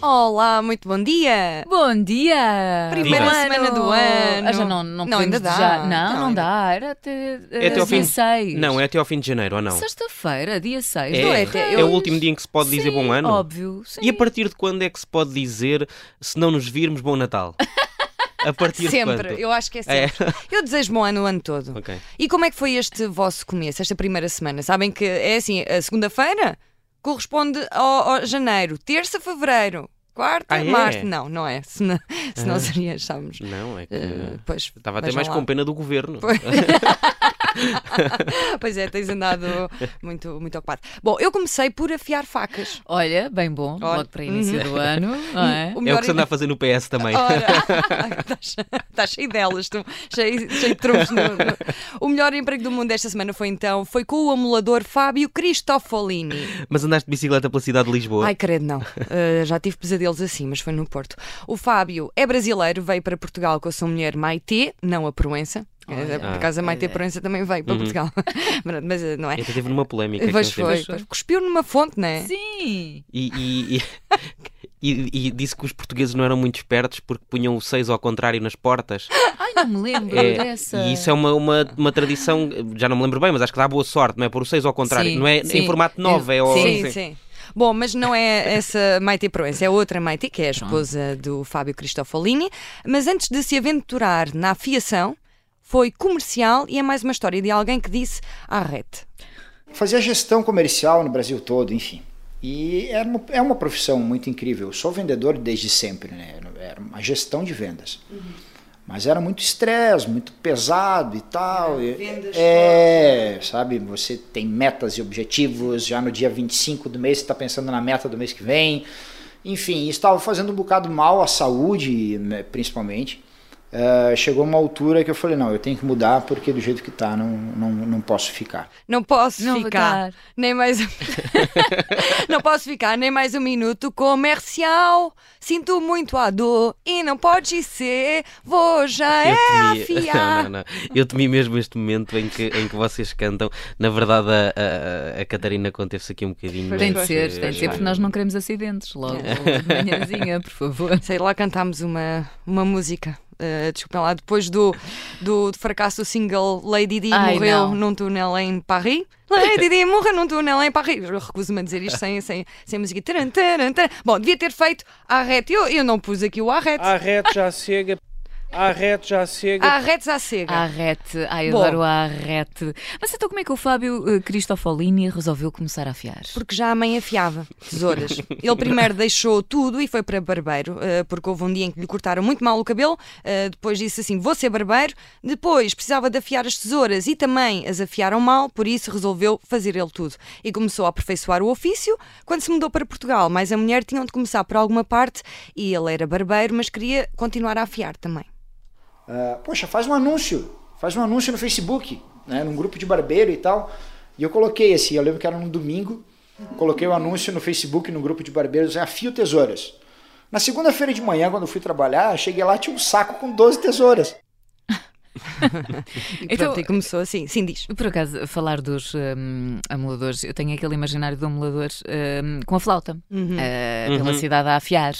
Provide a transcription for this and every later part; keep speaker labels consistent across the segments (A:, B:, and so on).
A: Olá, muito bom dia!
B: Bom dia!
A: Primeira
B: Claro.
A: semana do ano.
B: Ah, já não, não,
A: Não, ainda
B: podemos
A: dá.
B: desejar. Não,
A: Não,
B: não,
A: ainda-
B: dá. Era até,
C: É até ao fim-
B: 6.
C: Não, é até ao fim de janeiro, ou não?
B: Sexta-feira, dia 6.
C: É,
B: não é,
C: é
B: até
C: o último dia em que se pode dizer
B: Sim,
C: bom ano.
B: Óbvio. Sim.
C: E a partir de quando é que se pode dizer, se não nos virmos, bom Natal? A partir de
A: Sempre,
C: quando?
A: eu acho que é
C: É.
A: sempre. Eu desejo bom ano o ano todo.
C: Ok.
A: E como é que foi este vosso começo, esta primeira semana? Sabem que é assim, a segunda-feira corresponde ao, ao janeiro, terça, fevereiro, quarta,
C: Ah, é?
A: março. Não, não é. Se não, se não seria, sabemos.
C: Não, é que...
A: Eh, pois,
C: Estava até
A: vejam
C: mais
A: lá.
C: com pena do governo.
A: Pois é, tens andado muito, muito ocupado. Bom, eu comecei por afiar facas.
B: Olha, bem bom,
A: Olha.
B: logo para início do ano. Não é?
C: É Uhum. o
A: melhor
C: que se anda a fazer no PS também.
A: Ora, estás estás cheio delas, tu, cheio, cheio de trunfos. no- no- O melhor emprego do mundo desta semana foi então, foi com o amulador Fábio Cristofolini.
C: Mas andaste de bicicleta pela cidade de Lisboa.
A: Ai, credo, não. Uh, já tive pesadelos assim, mas foi no Porto. O Fábio é brasileiro, veio para Portugal com a sua mulher Maite, não a Proença. Eh,
B: Olha.
A: Por acaso a Maite Proença também veio para Portugal. Mas uh, não é?
C: Então teve numa polémica. que
A: Pois
C: nós temos.
A: foi. pois. Cuspiu numa fonte, não é?
B: Sim!
C: E, e- e- e- e disse que os portugueses não eram muito espertos porque punham o 6 ao contrário nas portas.
B: Ai, não me lembro
C: É,
B: dessa.
C: E isso é uma, uma, uma tradição, já não me lembro bem, mas acho que dá boa sorte, não é? Por o 6 ao contrário,
B: Sim,
C: não é
B: sim.
C: em formato 9, é ao-
A: Sim, sim.
C: sim.
A: Bom, mas não é essa Maite Proença, é outra Maite, que é a esposa do Fábio Cristofolini. Mas antes de se aventurar na afiação, foi comercial e é mais uma história de alguém que disse "Ah, à rete.
D: Fazia gestão comercial no Brasil todo, enfim. E era uma, é uma profissão muito incrível. Eu sou vendedor desde sempre, né? Era uma gestão de vendas. Mas era muito estresse, muito pesado e tal. E- é, sabe? Você tem metas e objetivos. Já no dia 25 do mês você está pensando na meta do mês que vem. Enfim, estava fazendo um bocado mal à saúde, né, principalmente. Eh, chegou uma altura que eu falei: não, eu tenho que mudar porque do jeito que está, não, não, não posso ficar.
A: Não posso
B: Não vou
A: ficar
B: dar.
A: nem mais um... Não posso ficar nem mais um minuto comercial. Sinto muito a dor e não pode ser. Vou já
C: Eu
A: é
C: temi-
A: afiar.
C: Não, não, não. Eu temi mesmo este momento em que, em que vocês cantam. Na verdade, a, a- a Catarina conteve-se aqui um bocadinho.
A: Pois
B: Tem de
A: Pois
C: mas,
B: ser,
C: eh,
B: tem de ser, porque nós não queremos acidentes. Logo,
C: É.
B: de manhãzinha, por favor.
A: Sei lá, cantámos uma, uma música. eh, desculpem lá, depois do, do, do fracasso do single Lady Di
B: Ai,
A: morreu
B: não.
A: num túnel em Paris. Lady Di morreu num túnel em Paris. Eu recuso-me a dizer isto sem, sem, sem música. Taran, taran, taran. Bom, devia ter feito arrete. Eu, eu não pus aqui o arrete.
E: Arrete já chega. Arrete já chega.
A: Arretes à cega.
B: Arrete, ai,
A: Bom.
B: adoro a arrete. Mas então, como é que o Fábio eh, Cristofolini resolveu começar a afiar?
A: Porque já a mãe afiava tesouras. Ele primeiro deixou tudo e foi para barbeiro, eh, porque houve um dia em que lhe cortaram muito mal o cabelo. eh, depois disse assim: vou ser barbeiro. Depois precisava de afiar as tesouras e também as afiaram mal, por isso resolveu fazer ele tudo. E começou a aperfeiçoar o ofício quando se mudou para Portugal. Mas a mulher tinham de começar por alguma parte e ele era barbeiro, mas queria continuar a afiar também.
D: Ah, poxa, faz um anúncio, faz um anúncio no Facebook, né, num grupo de barbeiro e tal. E eu coloquei assim, eu lembro que era num domingo, coloquei o anúncio no Facebook, no grupo de barbeiros, afio tesouras. Na segunda-feira de manhã, quando eu fui trabalhar, cheguei lá tinha um saco com 12 tesouras.
A: E,
B: Então-
A: pronto, e começou assim. Sim, diz.
B: Por acaso, falar dos hum, amuladores, eu tenho aquele imaginário do amulador hum, com a flauta,
A: Uhum.
B: eh,
C: Uhum.
B: pela cidade a afiar.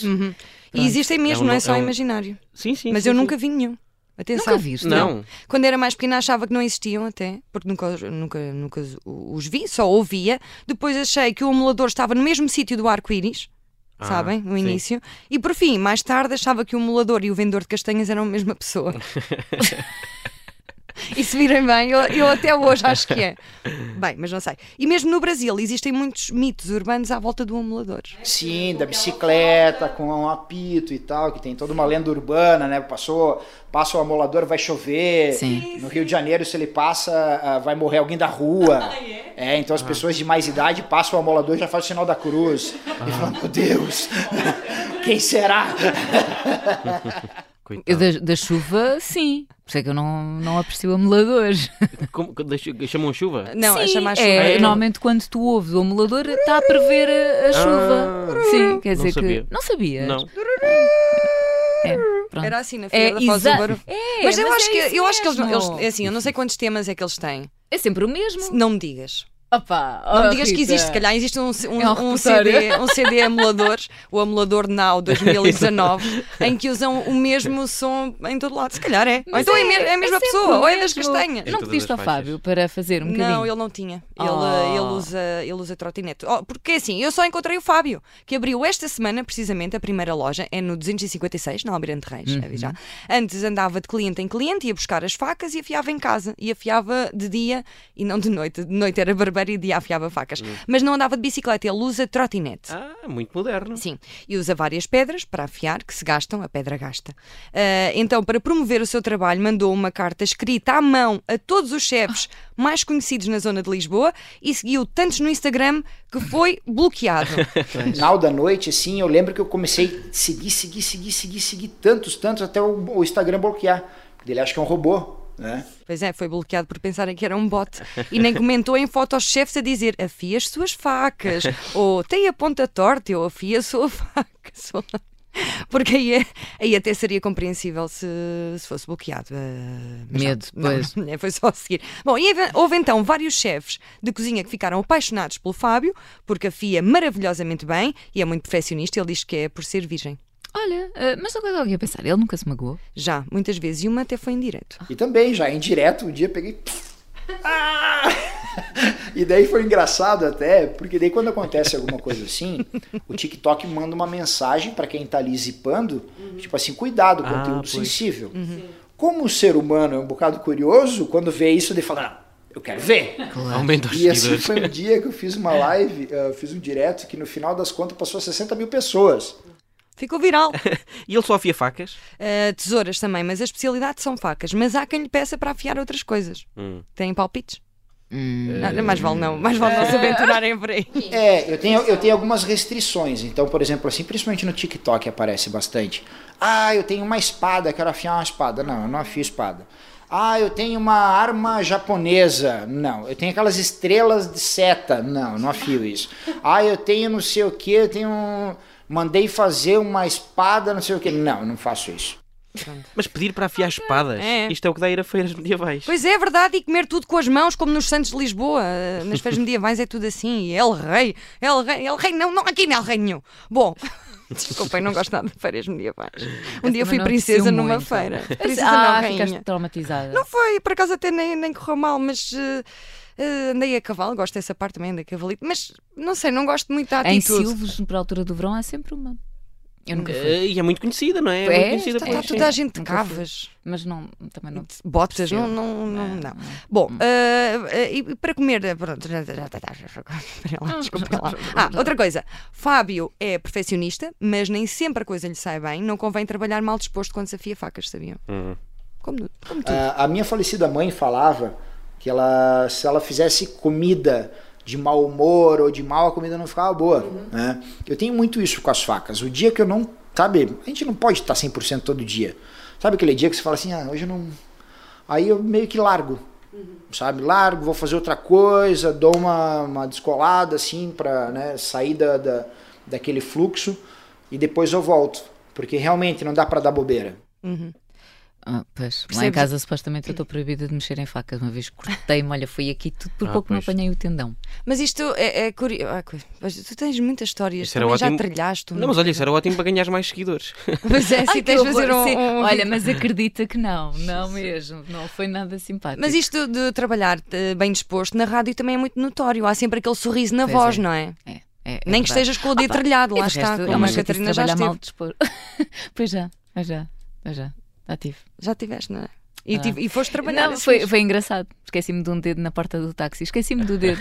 A: E existem mesmo,
C: É um-
A: não é só
C: é um-
A: imaginário.
C: Sim, sim.
A: Mas
C: sim,
A: eu
C: sim.
A: nunca vi nenhum. Atenção.
B: Nunca viste?
C: Não.
A: Quando era mais pequena achava que não existiam até, porque nunca, os- nunca, nunca os- os vi, só ouvia. Depois achei que o amulador estava no mesmo sítio do arco-íris,
C: Ah,
A: sabem? No
C: sim.
A: início. E por fim, mais tarde achava que o amulador e o vendedor de castanhas eram a mesma pessoa. E se virem bem, eu, eu até hoje acho que é. Bem, mas não sei. E mesmo no Brasil existem muitos mitos urbanos à volta do amulador.
D: Sim, da bicicleta, com um apito e tal, que tem toda uma lenda urbana, né? Passou, passa o amolador, vai chover.
B: Sim. Ah,
D: No Rio de Janeiro, se ele passa, ah, vai morrer alguém da rua. é? então as pessoas de mais idade passam o amolador e já fazem o sinal da cruz. E falam, meu Deus, quem será?
C: Coitado.
B: Eu da, da chuva, sim. Por isso é que eu não, não aprecio amoladores.
C: Como- como- deixa- chamam chuva?
A: Não,
B: sim,
A: a chamar
B: é,
A: chuva.
B: Normalmente, quando tu ouves o amulador, está a prever a, a chuva. sim, quer
C: Ah. não
B: dizer
C: sabia.
B: que. Não sabias?
C: Não.
B: É, pronto.
A: Era assim na
B: É,
A: Feira da Foz do
B: exa-
A: Barulho.
B: É,
A: Mas eu acho
B: é
A: que
B: isso
A: eu acho que eles,
B: mesmo.
A: eles- é assim, eu não sei quantos temas é que eles têm.
B: É sempre o mesmo.
A: Não me digas.
B: Opa,
A: Não
B: oh,
A: me digas que
B: Rita.
A: existe, se calhar existe um, um-
B: É um
A: um
B: repertório.
A: CD, um CD emulador, o emulador Now 2019, em que usam o mesmo som em todo lado. Se calhar é. ou
B: Mas
A: então é, me- é a mesma
B: sempre
A: pessoa,
B: o
A: ou é das
B: mesmo.
A: castanhas.
C: É
B: Não
C: todas
B: pediste
C: as
B: ao
C: faixas.
B: Fábio para fazer um bocadinho?
A: Não, ele não tinha. Ele,
B: Oh.
A: ele usa, ele usa trotinete. Oh, porque assim, eu só encontrei o Fábio, que abriu esta semana, precisamente, a primeira loja, é no 256, na Almirante Reis.
B: Uhum.
A: é Já. Antes andava de cliente em cliente, ia buscar as facas e afiava em casa. E afiava de dia e não de noite. De noite era barbeiro e de dia afiava facas.
B: Uhum.
A: Mas não andava de bicicleta, ele usa trotinete.
C: Ah, muito moderno.
A: Sim, e usa várias pedras para afiar, que se gastam, a pedra gasta. Ah, então, para promover o seu trabalho, mandou uma carta escrita à mão a todos os chefes mais conhecidos na zona de Lisboa e seguiu tantos no Instagram que foi bloqueado.
D: final da noite, assim, eu lembro que eu comecei a seguir, seguir, seguir, seguir, seguir tantos, tantos, até o, o Instagram bloquear. Porque ele acha que é um robô, né?
A: pois é, foi bloqueado por pensarem que era um bot e nem comentou em foto aos chefes a dizer afia as suas facas ou tem a ponta torta ou afia a sua faca. Sei lá. Porque aí, é- aí até seria compreensível se, se fosse bloqueado. Ah, mas não.
B: Medo,
A: Não,
B: pois.
A: né, Foi só a seguir. Bom, e houve- houve então vários chefes de cozinha que ficaram apaixonados pelo Fábio, porque afia maravilhosamente bem e é muito perfeccionista. Ele diz que é por ser virgem.
B: Olha, eh, mas agora eu ia pensar, ele nunca se magoou.
A: Já, muitas vezes. E uma até foi em direto.
D: E também, já em direto, um dia eu peguei. Ah! E daí foi engraçado até, porque daí quando acontece alguma coisa assim, o TikTok manda uma mensagem para quem tá ali zipando, tipo assim, cuidado,
C: Ah,
D: conteúdo
C: pois.
D: sensível. Como o ser humano é um bocado curioso, quando vê isso, ele fala, "Não, eu quero ver.
C: Aumenta os
D: E assim
C: seguidores.
D: foi um dia que eu fiz uma live, eh, fiz um direto que no final das contas passou a 60 mil pessoas.
A: Ficou viral.
C: E ele só afia facas?
A: Ah, tesouras também, mas a especialidade são facas. Mas há quem lhe peça para afiar outras coisas.
C: Hum.
A: Tem palpites?
B: Hum.
A: Não, não, mais vale não. Mais vale não se aventurarem por aí.
D: É, eu tenho, eu tenho algumas restrições. Então, por exemplo, assim, principalmente no TikTok aparece bastante. Ah, eu tenho uma espada, quero afiar uma espada. Não, eu não afio espada. Ah, eu tenho uma arma japonesa. Não, eu tenho aquelas estrelas de seta. Não, eu não afio isso. Ah, eu tenho não sei o que, eu tenho. um- Mandei fazer uma espada, não sei o que. Não, eu não faço isso.
C: Mas pedir para afiar espadas?
A: É.
C: Isto é o que dá a ir a feiras medievais.
A: Pois é, é verdade, e comer tudo com as mãos, como nos Santos de Lisboa. Ah, Nas feiras medievais é tudo assim. E El Rei, El Rei, El Rei, não, não, aqui não é El Rei nenhum. Bom, desculpem, não gosto nada de feiras medievais. Um dia
B: Também
A: fui
B: não
A: princesa
B: aconteceu
A: numa
B: muito.
A: feira. Princesa
B: ah,
A: não, rainha.
B: ficaste traumatizada.
A: Não foi, por acaso até nem, nem correu mal, mas eh, eh, andei a cavalo, gosto dessa parte também, andei a cavalito. Mas não sei, não gosto muito da
B: em
A: atitude.
B: Silves, para a altura do verão, há sempre uma. Eu nunca fui.
C: Eh, E é muito conhecida, não é?
B: É,
C: muito conhecida
B: está-
A: Está
C: pois,
A: Tá, toda
C: sim.
A: a gente de
B: Nunca fui.
A: cavas.
B: Mas não, também não.
A: Botas,
B: Percebo. É. Hum.
A: não, não, não, não.
B: Não.
A: Bom, ah, ah, e para comer. ah, Pronto, já, já, já, já, já, lá, desculpa lá. Ah, outra coisa. Fábio é perfeccionista, mas nem sempre a coisa lhe sai bem. Não convém trabalhar mal disposto quando se afia facas, sabiam?
C: Uhum.
A: Como, como tudo.
D: Ah, a minha falecida mãe falava que ela, se ela fizesse comida de mau humor ou de mal, a comida não ficava boa. Né? Eu tenho muito isso com as facas. O dia que eu não. Sabe, a gente não pode estar 100% todo dia. Sabe aquele dia que você fala assim, ah, hoje eu não. Aí eu meio que largo. Sabe, largo, vou fazer outra coisa, dou uma, uma descolada assim pra né, sair da, da, daquele fluxo e depois eu volto. Porque realmente não dá pra dar bobeira.
B: Ah, pois, lá em
A: Percebes?
B: casa supostamente eu estou proibida de mexer em facas. Uma vez cortei-me, olha, foi aqui tudo, por
C: Ah,
B: pouco não
C: pois.
B: apanhei o tendão.
A: Mas isto é, é curioso. tu tens muitas histórias.
C: Isso era
A: também já
C: ótimo.
A: trilhaste. um-
C: Não, mas olha, isso era ótimo para ganhar mais seguidores.
A: Pois é,
B: Ai,
A: se
B: que
A: tens de fazer um.
B: horror, sim.
A: um-
B: Olha, mas acredita que não, não mesmo, não foi nada simpático.
A: Mas isto de trabalhar eh, bem disposto na rádio também é muito notório. Há sempre aquele sorriso na
B: Pois
A: voz,
B: é.
A: não é?
B: É, é, é
A: Nem que
B: verdade.
A: estejas com o dedo trilhado,
B: E
A: lá
B: de
A: está,
B: resto,
A: como a
B: nunca tive
A: Catarina
B: de
A: já
B: trabalhar
A: esteve.
B: mal dispor. pois já, pois já, pois já, já tive.
A: Já tiveste, não é? E,
B: Ah.
A: tive- e foste trabalhar.
B: Não,
A: assim.
B: foi, foi engraçado. Esqueci-me de um dedo na porta do táxi. Esqueci-me do dedo.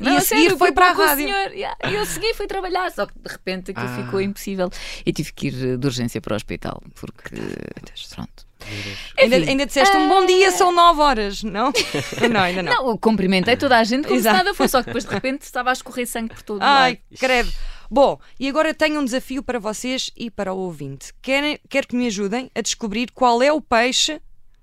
A: E a seguir foi para a rádio.
B: E eu segui, fui trabalhar. Só que de repente aquilo
C: Ah.
B: ficou impossível. E tive que ir eh, de urgência para o hospital. Porque. Pronto. é
A: ainda, ainda disseste um bom dia, são 9 horas, não? não, ainda não.
B: Ah. Não, eu cumprimentei toda a gente como se
A: Exato.
B: nada foi. Só que depois de repente estava a escorrer sangue por todo o lado.
A: Ai, credo. Bom, e agora tenho um desafio para vocês e para o ouvinte. Querem, quero que me ajudem a descobrir qual é o peixe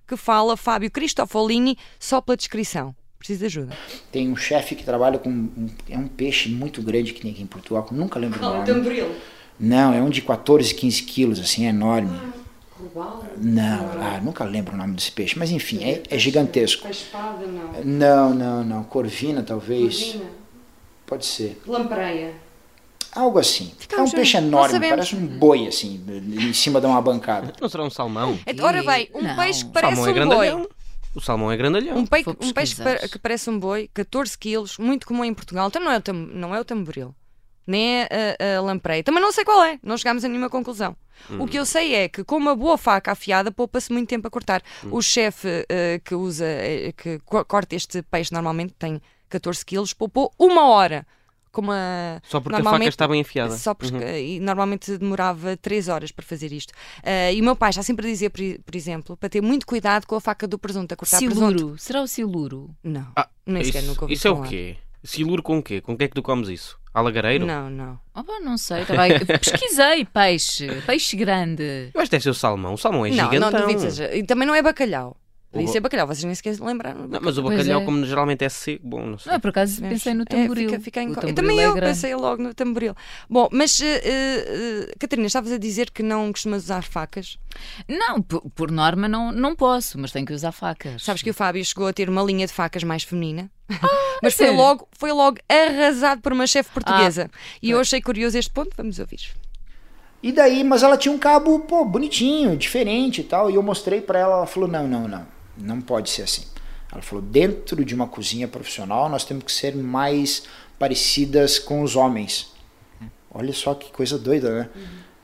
A: que fala Fábio Cristofolini só pela descrição. Preciso de ajuda.
D: Tem um chefe que trabalha com. um- é um peixe muito grande que tem aqui em
A: um
D: Portugal, que eu nunca lembro o nome.
A: tamboril. Ah,
D: Não, é um de 14, 15 quilos, assim, é enorme.
A: robalo?
D: Não, ah, nunca lembro o nome desse peixe, mas enfim, é, é gigantesco.
A: A espada, não.
D: Não, não, não. Corvina, talvez.
A: Corvina.
D: Pode ser.
A: Lampreia.
D: Algo assim.
A: Ficamos
D: é um peixe
A: juntos, não
D: enorme,
A: sabemos.
D: parece um boi, assim, em cima de uma bancada.
C: Não será um salmão?
A: Então, Ora bem, um
B: Não.
A: peixe que
B: O
A: parece
C: salmão é
A: um boi.
C: grandalhão. O salmão é grandalhão.
A: Um, pei-
B: Vou
A: um peixe que,
B: pesquisar.
A: pare- que parece um boi, 14 quilos, muito comum em Portugal. Então não é o, tam- não é o tamboril, nem é a, a lampreia. Também não sei qual é, não chegámos a nenhuma conclusão. O que eu sei é que com uma boa faca afiada poupa-se muito tempo a cortar. O chefe eh, que usa, eh, que co- corta este peixe normalmente tem 14 quilos, poupou uma hora. Com uma...
C: Só porque a faca
A: normalmente-
C: está bem afiada. Uhum.
A: Só porque, e normalmente demorava 3 horas para fazer isto. Eh, e o meu pai está sempre a dizer, por, i- por exemplo, para ter muito cuidado com a faca do presunto, a cortar presunto.
B: Siluro. Será o siluro?
A: Não.
C: Ah,
A: nem sequer nunca
C: isso,
A: ouvi
C: isso é o
A: falar.
C: quê? Siluro com o quê? Com o que é que tu comes isso? Alagareiro?
A: Não, não.
B: Oh, pá, não sei. Tá bem. Pesquisei peixe. Peixe grande.
C: Eu acho que deve ser o salmão. O salmão é
A: não,
C: gigantão.
A: não duvido. que seja. E também não é bacalhau.
C: O-
A: Isso é bacalhau, vocês nem sequer se lembraram.
C: Não, mas o
B: Pois
C: bacalhau,
B: é.
C: como geralmente é seco, bom, não sei.
A: Ah,
B: Não, por acaso
A: Percebes?
B: pensei no
A: É,
B: tamboril.
A: fica- fica em
B: O
A: co-
B: tamboril
A: Também
B: é
A: eu
B: grande.
A: pensei logo no tamboril. Bom, mas eh, eh, eh, Catarina, estavas a dizer que não costumas usar facas.
B: Não, por, por norma não, não posso, mas tenho que usar facas.
A: Sabes que o Fábio chegou a ter uma linha de facas mais feminina. mas
B: Ah, a
A: foi
B: sério? Ah,
A: logo, foi logo arrasado por uma chefe portuguesa. e eu achei curioso este ponto, vamos ouvir.
D: E daí, mas ela tinha um cabo, pô, bonitinho, diferente e tal. E eu mostrei pra ela, ela falou: não, não, não, não pode ser assim. Ela falou: dentro de uma cozinha profissional, nós temos que ser mais parecidas com os homens. Olha só que coisa doida, né?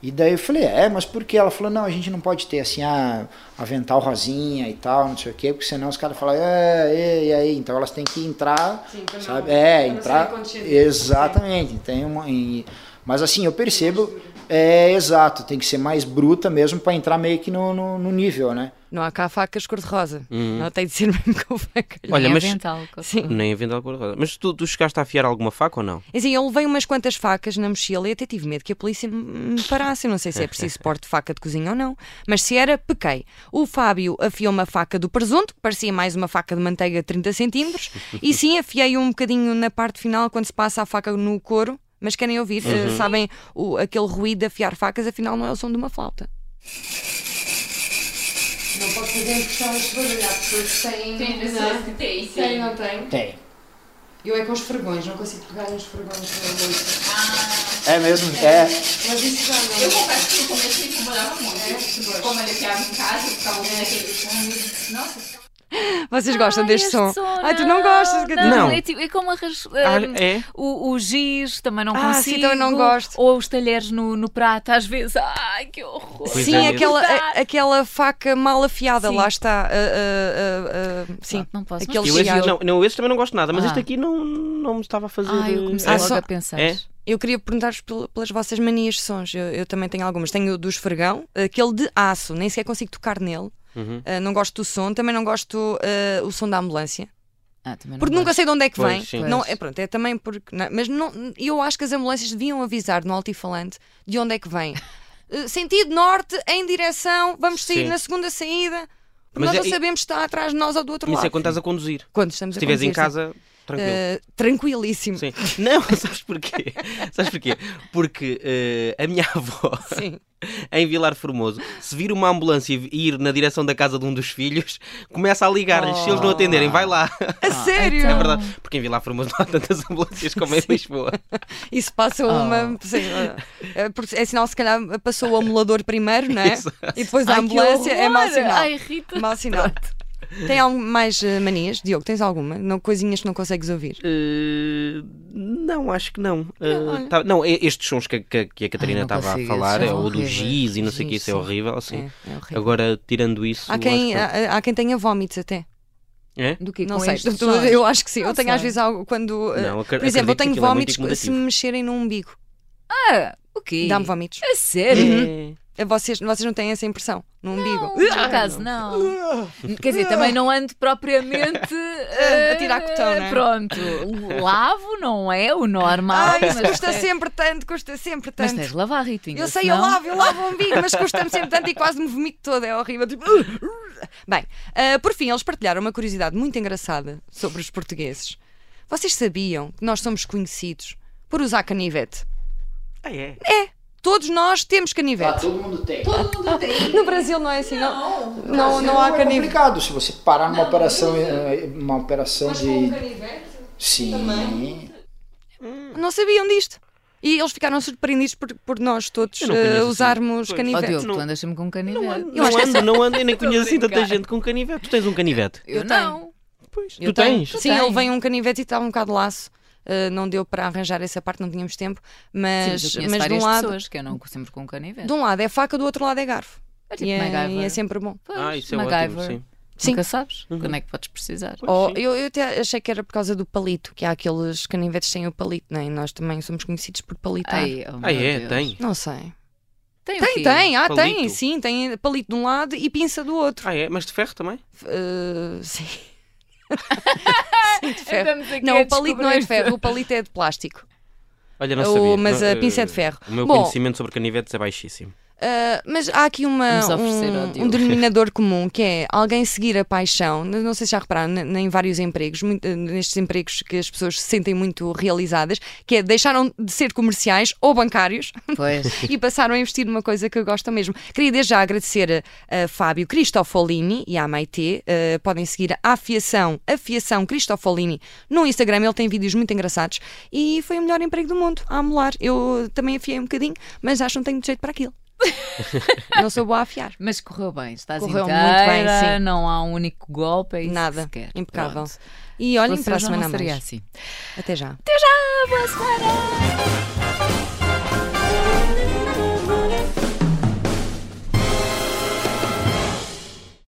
D: E daí eu falei: é, mas por que? Ela falou: não, a gente não pode ter assim, ah, avental rosinha e tal, não sei o quê, porque senão os caras falam: é, é, e aí? Então elas têm que entrar,
A: Sim, pra não-
D: sabe? É,
A: pra não
D: entrar.
A: serem condescendentes.
D: Exatamente, tem uma. e- mas assim, eu percebo. É exato, tem que ser mais bruta mesmo para entrar meio que no, no, no nível, né?
A: Não há cá facas cor-de-rosa. Não tem de ser mesmo com facas.
C: Hum. Olha,
B: Nem
C: mas-
B: É avental, qualquer
A: Sim.
B: coisa.
C: Nem a venda cor-de-rosa. Mas tu, tu chegaste a afiar alguma faca ou não?
A: Assim, eu levei umas quantas facas na mochila e até tive medo que a polícia me me parasse. Eu não sei se é preciso porte de faca de cozinha ou não, mas se era, pequei. O Fábio afiou uma faca do presunto, que parecia mais uma faca de manteiga de 30 centímetros, e sim, afiei um bocadinho na parte final quando se passa a faca no couro. Mas querem ouvir, eh, sabem o, aquele ruído de afiar facas, afinal não é o som de uma flauta. Não posso fazer um impressão de barulho, há pessoas que têm.
B: tem,
A: não tem.
D: Tem.
A: Eu é com os fregões, não consigo pegar nos fregões na bolsa.
D: É mesmo? É.
A: Mas isso já não. é. Eu
F: confesso que no começo me incomodava muito. né? Tipo, Como ele ficava em casa, eu ficava ouvindo aquele som. Nossa,
A: Vocês gostam
B: Ai,
A: deste
B: este
A: som? Ai, tu não gostas, Catarina?
C: Não.
B: É, tipo- é como arras...
C: Ah, é?
B: o, o giz, também não
A: Ah,
B: consigo.
A: sim, também não gosto.
B: Ou os talheres no, no prato, às vezes. Ai, que horror.
C: Pois
A: sim,
C: é.
A: aquela, a-
B: Cortar.
A: aquela faca mal afiada,
B: Sim.
A: lá está. ah, ah, ah, ah, sim,
B: Pronto, não posso, mas
A: aquele
C: Eu
B: preciso.
A: cigarro.
C: esse, não, não, esse também não gosto de nada, mas
B: Ah.
C: este aqui não, não me estava a fazer.
B: Ai, eu
C: eh,
B: comecei
A: Ah,
B: logo
A: só-
B: a pensar.
C: É?
A: Eu queria perguntar-vos pel- pelas vossas manias de sons. Eu, eu também tenho algumas. Tenho o do esfregão, aquele de aço, nem sequer consigo tocar nele.
C: Uhum.
A: Ah, não gosto do som, também não gosto ah, o som da ambulância.
B: Ah, também não
A: Porque nunca
B: gosto.
A: sei de onde é que
C: Pois,
A: vem.
C: sim.
A: Não,
B: Pois.
A: é pronto, é também porque. não- mas não, eu acho que as ambulâncias deviam avisar no altifalante de onde é que vem. Eh, Sentido norte, em direção, vamos sair
C: Sim.
A: na segunda saída. Porque nós
C: Mas é-
A: não sabemos se está atrás de nós ou do outro
C: Mas
A: lado.
C: isso é quando estás a conduzir.
A: Quando estamos
C: Se
A: a
C: estiveres em
A: conduzir,
C: casa, tranquilo.
A: eh, tranquilíssimo.
C: Sim. Não, sabes porquê? sabes porquê? Porque eh, a minha avó,
A: Sim.
C: em Vilar Formoso, se vir uma ambulância e ir na direção da casa de um dos filhos, começa a ligar-lhes. Se eles não atenderem, vai lá.
A: A sério?
B: então-
C: É verdade.
A: Ah.
C: Porque em Vilar Formoso não há tantas ambulâncias como em Lisboa.
A: Isso passa
C: Ah.
A: uma. sim, eh, eh, porque é sinal, se calhar passou o amulador primeiro, não é? E depois a
B: Ai, que
A: ambulância é mau
B: horror!
A: sinal.
B: Ai, Rita.
A: Mau sinal. Tem algum, mais eh, manias? Diogo, tens alguma? Não, coisinhas que não consegues ouvir?
C: Eh, não, acho que não. Eh,
A: olha.
C: tá- não, e- estes sons que, que- que a Catarina
B: não
C: estava a
B: consigo,
C: falar,
B: são
C: é o do
B: horríveis.
C: giz e não sei o que,
B: Giz,
C: isso é
B: sim.
C: horrível. Assim.
A: É, é horrível.
C: Agora, tirando isso.
A: Há quem,
C: acho
A: há, há quem tenha vómitos até.
C: que- É?
B: Do que
A: não
B: com
A: sei.
B: estes
A: tu-
B: sons?
A: eu acho que sim.
B: Não
A: eu tenho às
B: sei.
A: vezes algo quando. eh,
C: Não, acre-
A: por exemplo, eu
C: acredito que
A: tenho
C: aquilo é
A: vómitos
C: muito
A: se
C: incomodativo.
A: me mexerem no umbigo.
B: Ah, o quê?
A: Dá-me vómitos.
B: A sério?
C: Uhum.
A: Eh, Vocês, vocês não têm essa impressão no umbigo?
B: Não, por acaso não. Quer dizer, também não ando propriamente
A: Ah, a tirar cotão,
B: eh,
A: né?
B: Pronto, lavo não é o normal.
A: Ai, isso
B: mas-
A: custa sempre tanto, custa sempre
B: Mas
A: tanto.
B: tens de lavar, Ritinho.
A: eu sei, eu
B: senão-
A: lavo, eu lavo o umbigo, mas custa-me sempre tanto e quase me vomito toda, é horrível. Tipo, "Ugh, ugh". Bem, ah, por fim, eles partilharam uma curiosidade muito engraçada sobre os portugueses. Vocês sabiam que nós somos conhecidos por usar canivete?
C: Ah, é?
A: É. Todos nós temos
D: Lá
A: canivete.
D: Tá, todo mundo tem.
F: Todo mundo tem.
A: No Brasil não é assim, Tá não.
F: Não,
A: Não, não há
D: é
A: canivete.
D: complicado se você parar numa operação, eh, uma operação de.
F: canivete?
D: Sim.
A: Não sabiam disto. E eles ficaram surpreendidos por, por nós todos
C: Eu não conheço
A: eh,
C: assim.
A: usarmos
C: Pois.
B: Ó
A: canivete.
B: Diogo, tu andas-me com um canivete.
C: Não ando, não ando, eu nem conheço assim tanta
B: brincar.
C: gente com canivete. Tu tens um canivete?
B: Eu
A: Eu
B: não.
C: Pois.
B: Eu
C: tu tens?
B: tenho.
A: Sim,
B: Tem.
A: ele vem um canivete e está um bocado laço. Uh, não deu para arranjar essa parte, não tínhamos tempo.
B: Sim,
A: Mas,
B: mas eu
A: mas
B: conheço
A: de, um
B: várias
A: lado,
B: pessoas que andam sempre com um canivete.
A: de um lado é faca, do outro lado é garfo.
B: É tipo
A: E é,
B: MacGyver.
A: e é sempre bom.
B: Pois,
C: Ah, isso é
B: MacGyver.
C: ótimo, sim.
A: Sim.
B: Nunca sabes
A: Uhum.
B: quando é que podes precisar.
A: Ou-
C: sim.
A: Oh, eu, eu até achei que era por causa do palito, que há aqueles canivetes sem o palito, não é? E nós também somos conhecidos por palitar.
B: Ai, oh,
C: Ah,
B: meu
C: é,
B: Deus.
C: tem.
A: Não sei.
B: Tem, o
A: Tem,
B: quê?
A: tem, ah, tem,
C: Palito.
A: sim, tem palito de um lado e pinça do outro.
C: Ah, é? Mas de ferro também?
A: Uh, sim. sim, de ferro.
B: Estamos aqui
A: Não,
B: a
A: o palito não é de
B: descobrir.
A: ferro, o palito é de plástico.
C: Olha, não
A: Oh,
C: sabia.
A: mas
C: Não,
A: a
C: eh,
A: pinça é de ferro.
C: O meu
A: Bom.
C: conhecimento sobre canivetes é baixíssimo.
A: Uh, mas há aqui uma,
B: Vamos oferecer ao
A: um,
B: Diogo.
A: um denominador comum que é alguém seguir a paixão. N- Não sei se já repararam, n- em vários empregos, muito- eh, nestes empregos que as pessoas se sentem muito realizadas, que é deixaram de ser comerciais ou bancários
B: Pois.
A: e passaram a investir numa coisa que gostam mesmo. Queria desde já agradecer a, a Fábio Cristofolini e à Maite. Uh, podem seguir a Afiação, Afiação Cristofolini no Instagram. Ele tem vídeos muito engraçados e foi o melhor emprego do mundo, a amolar. Eu também afiei um bocadinho, mas acho que não tenho muito jeito para aquilo. não sou boa a afiar.
B: Mas correu bem, estás
A: Correu muito
B: inteira,
A: bem, sim.
B: não há um único golpe, é isso
A: Nada.
B: que se quer.
A: Impecável.
B: Pronto.
A: E olhem
B: Se
A: para a
B: fosse eu já
A: semana a
B: não seria
A: mais.
B: assim.
A: Até já.
B: Até já, boa semana!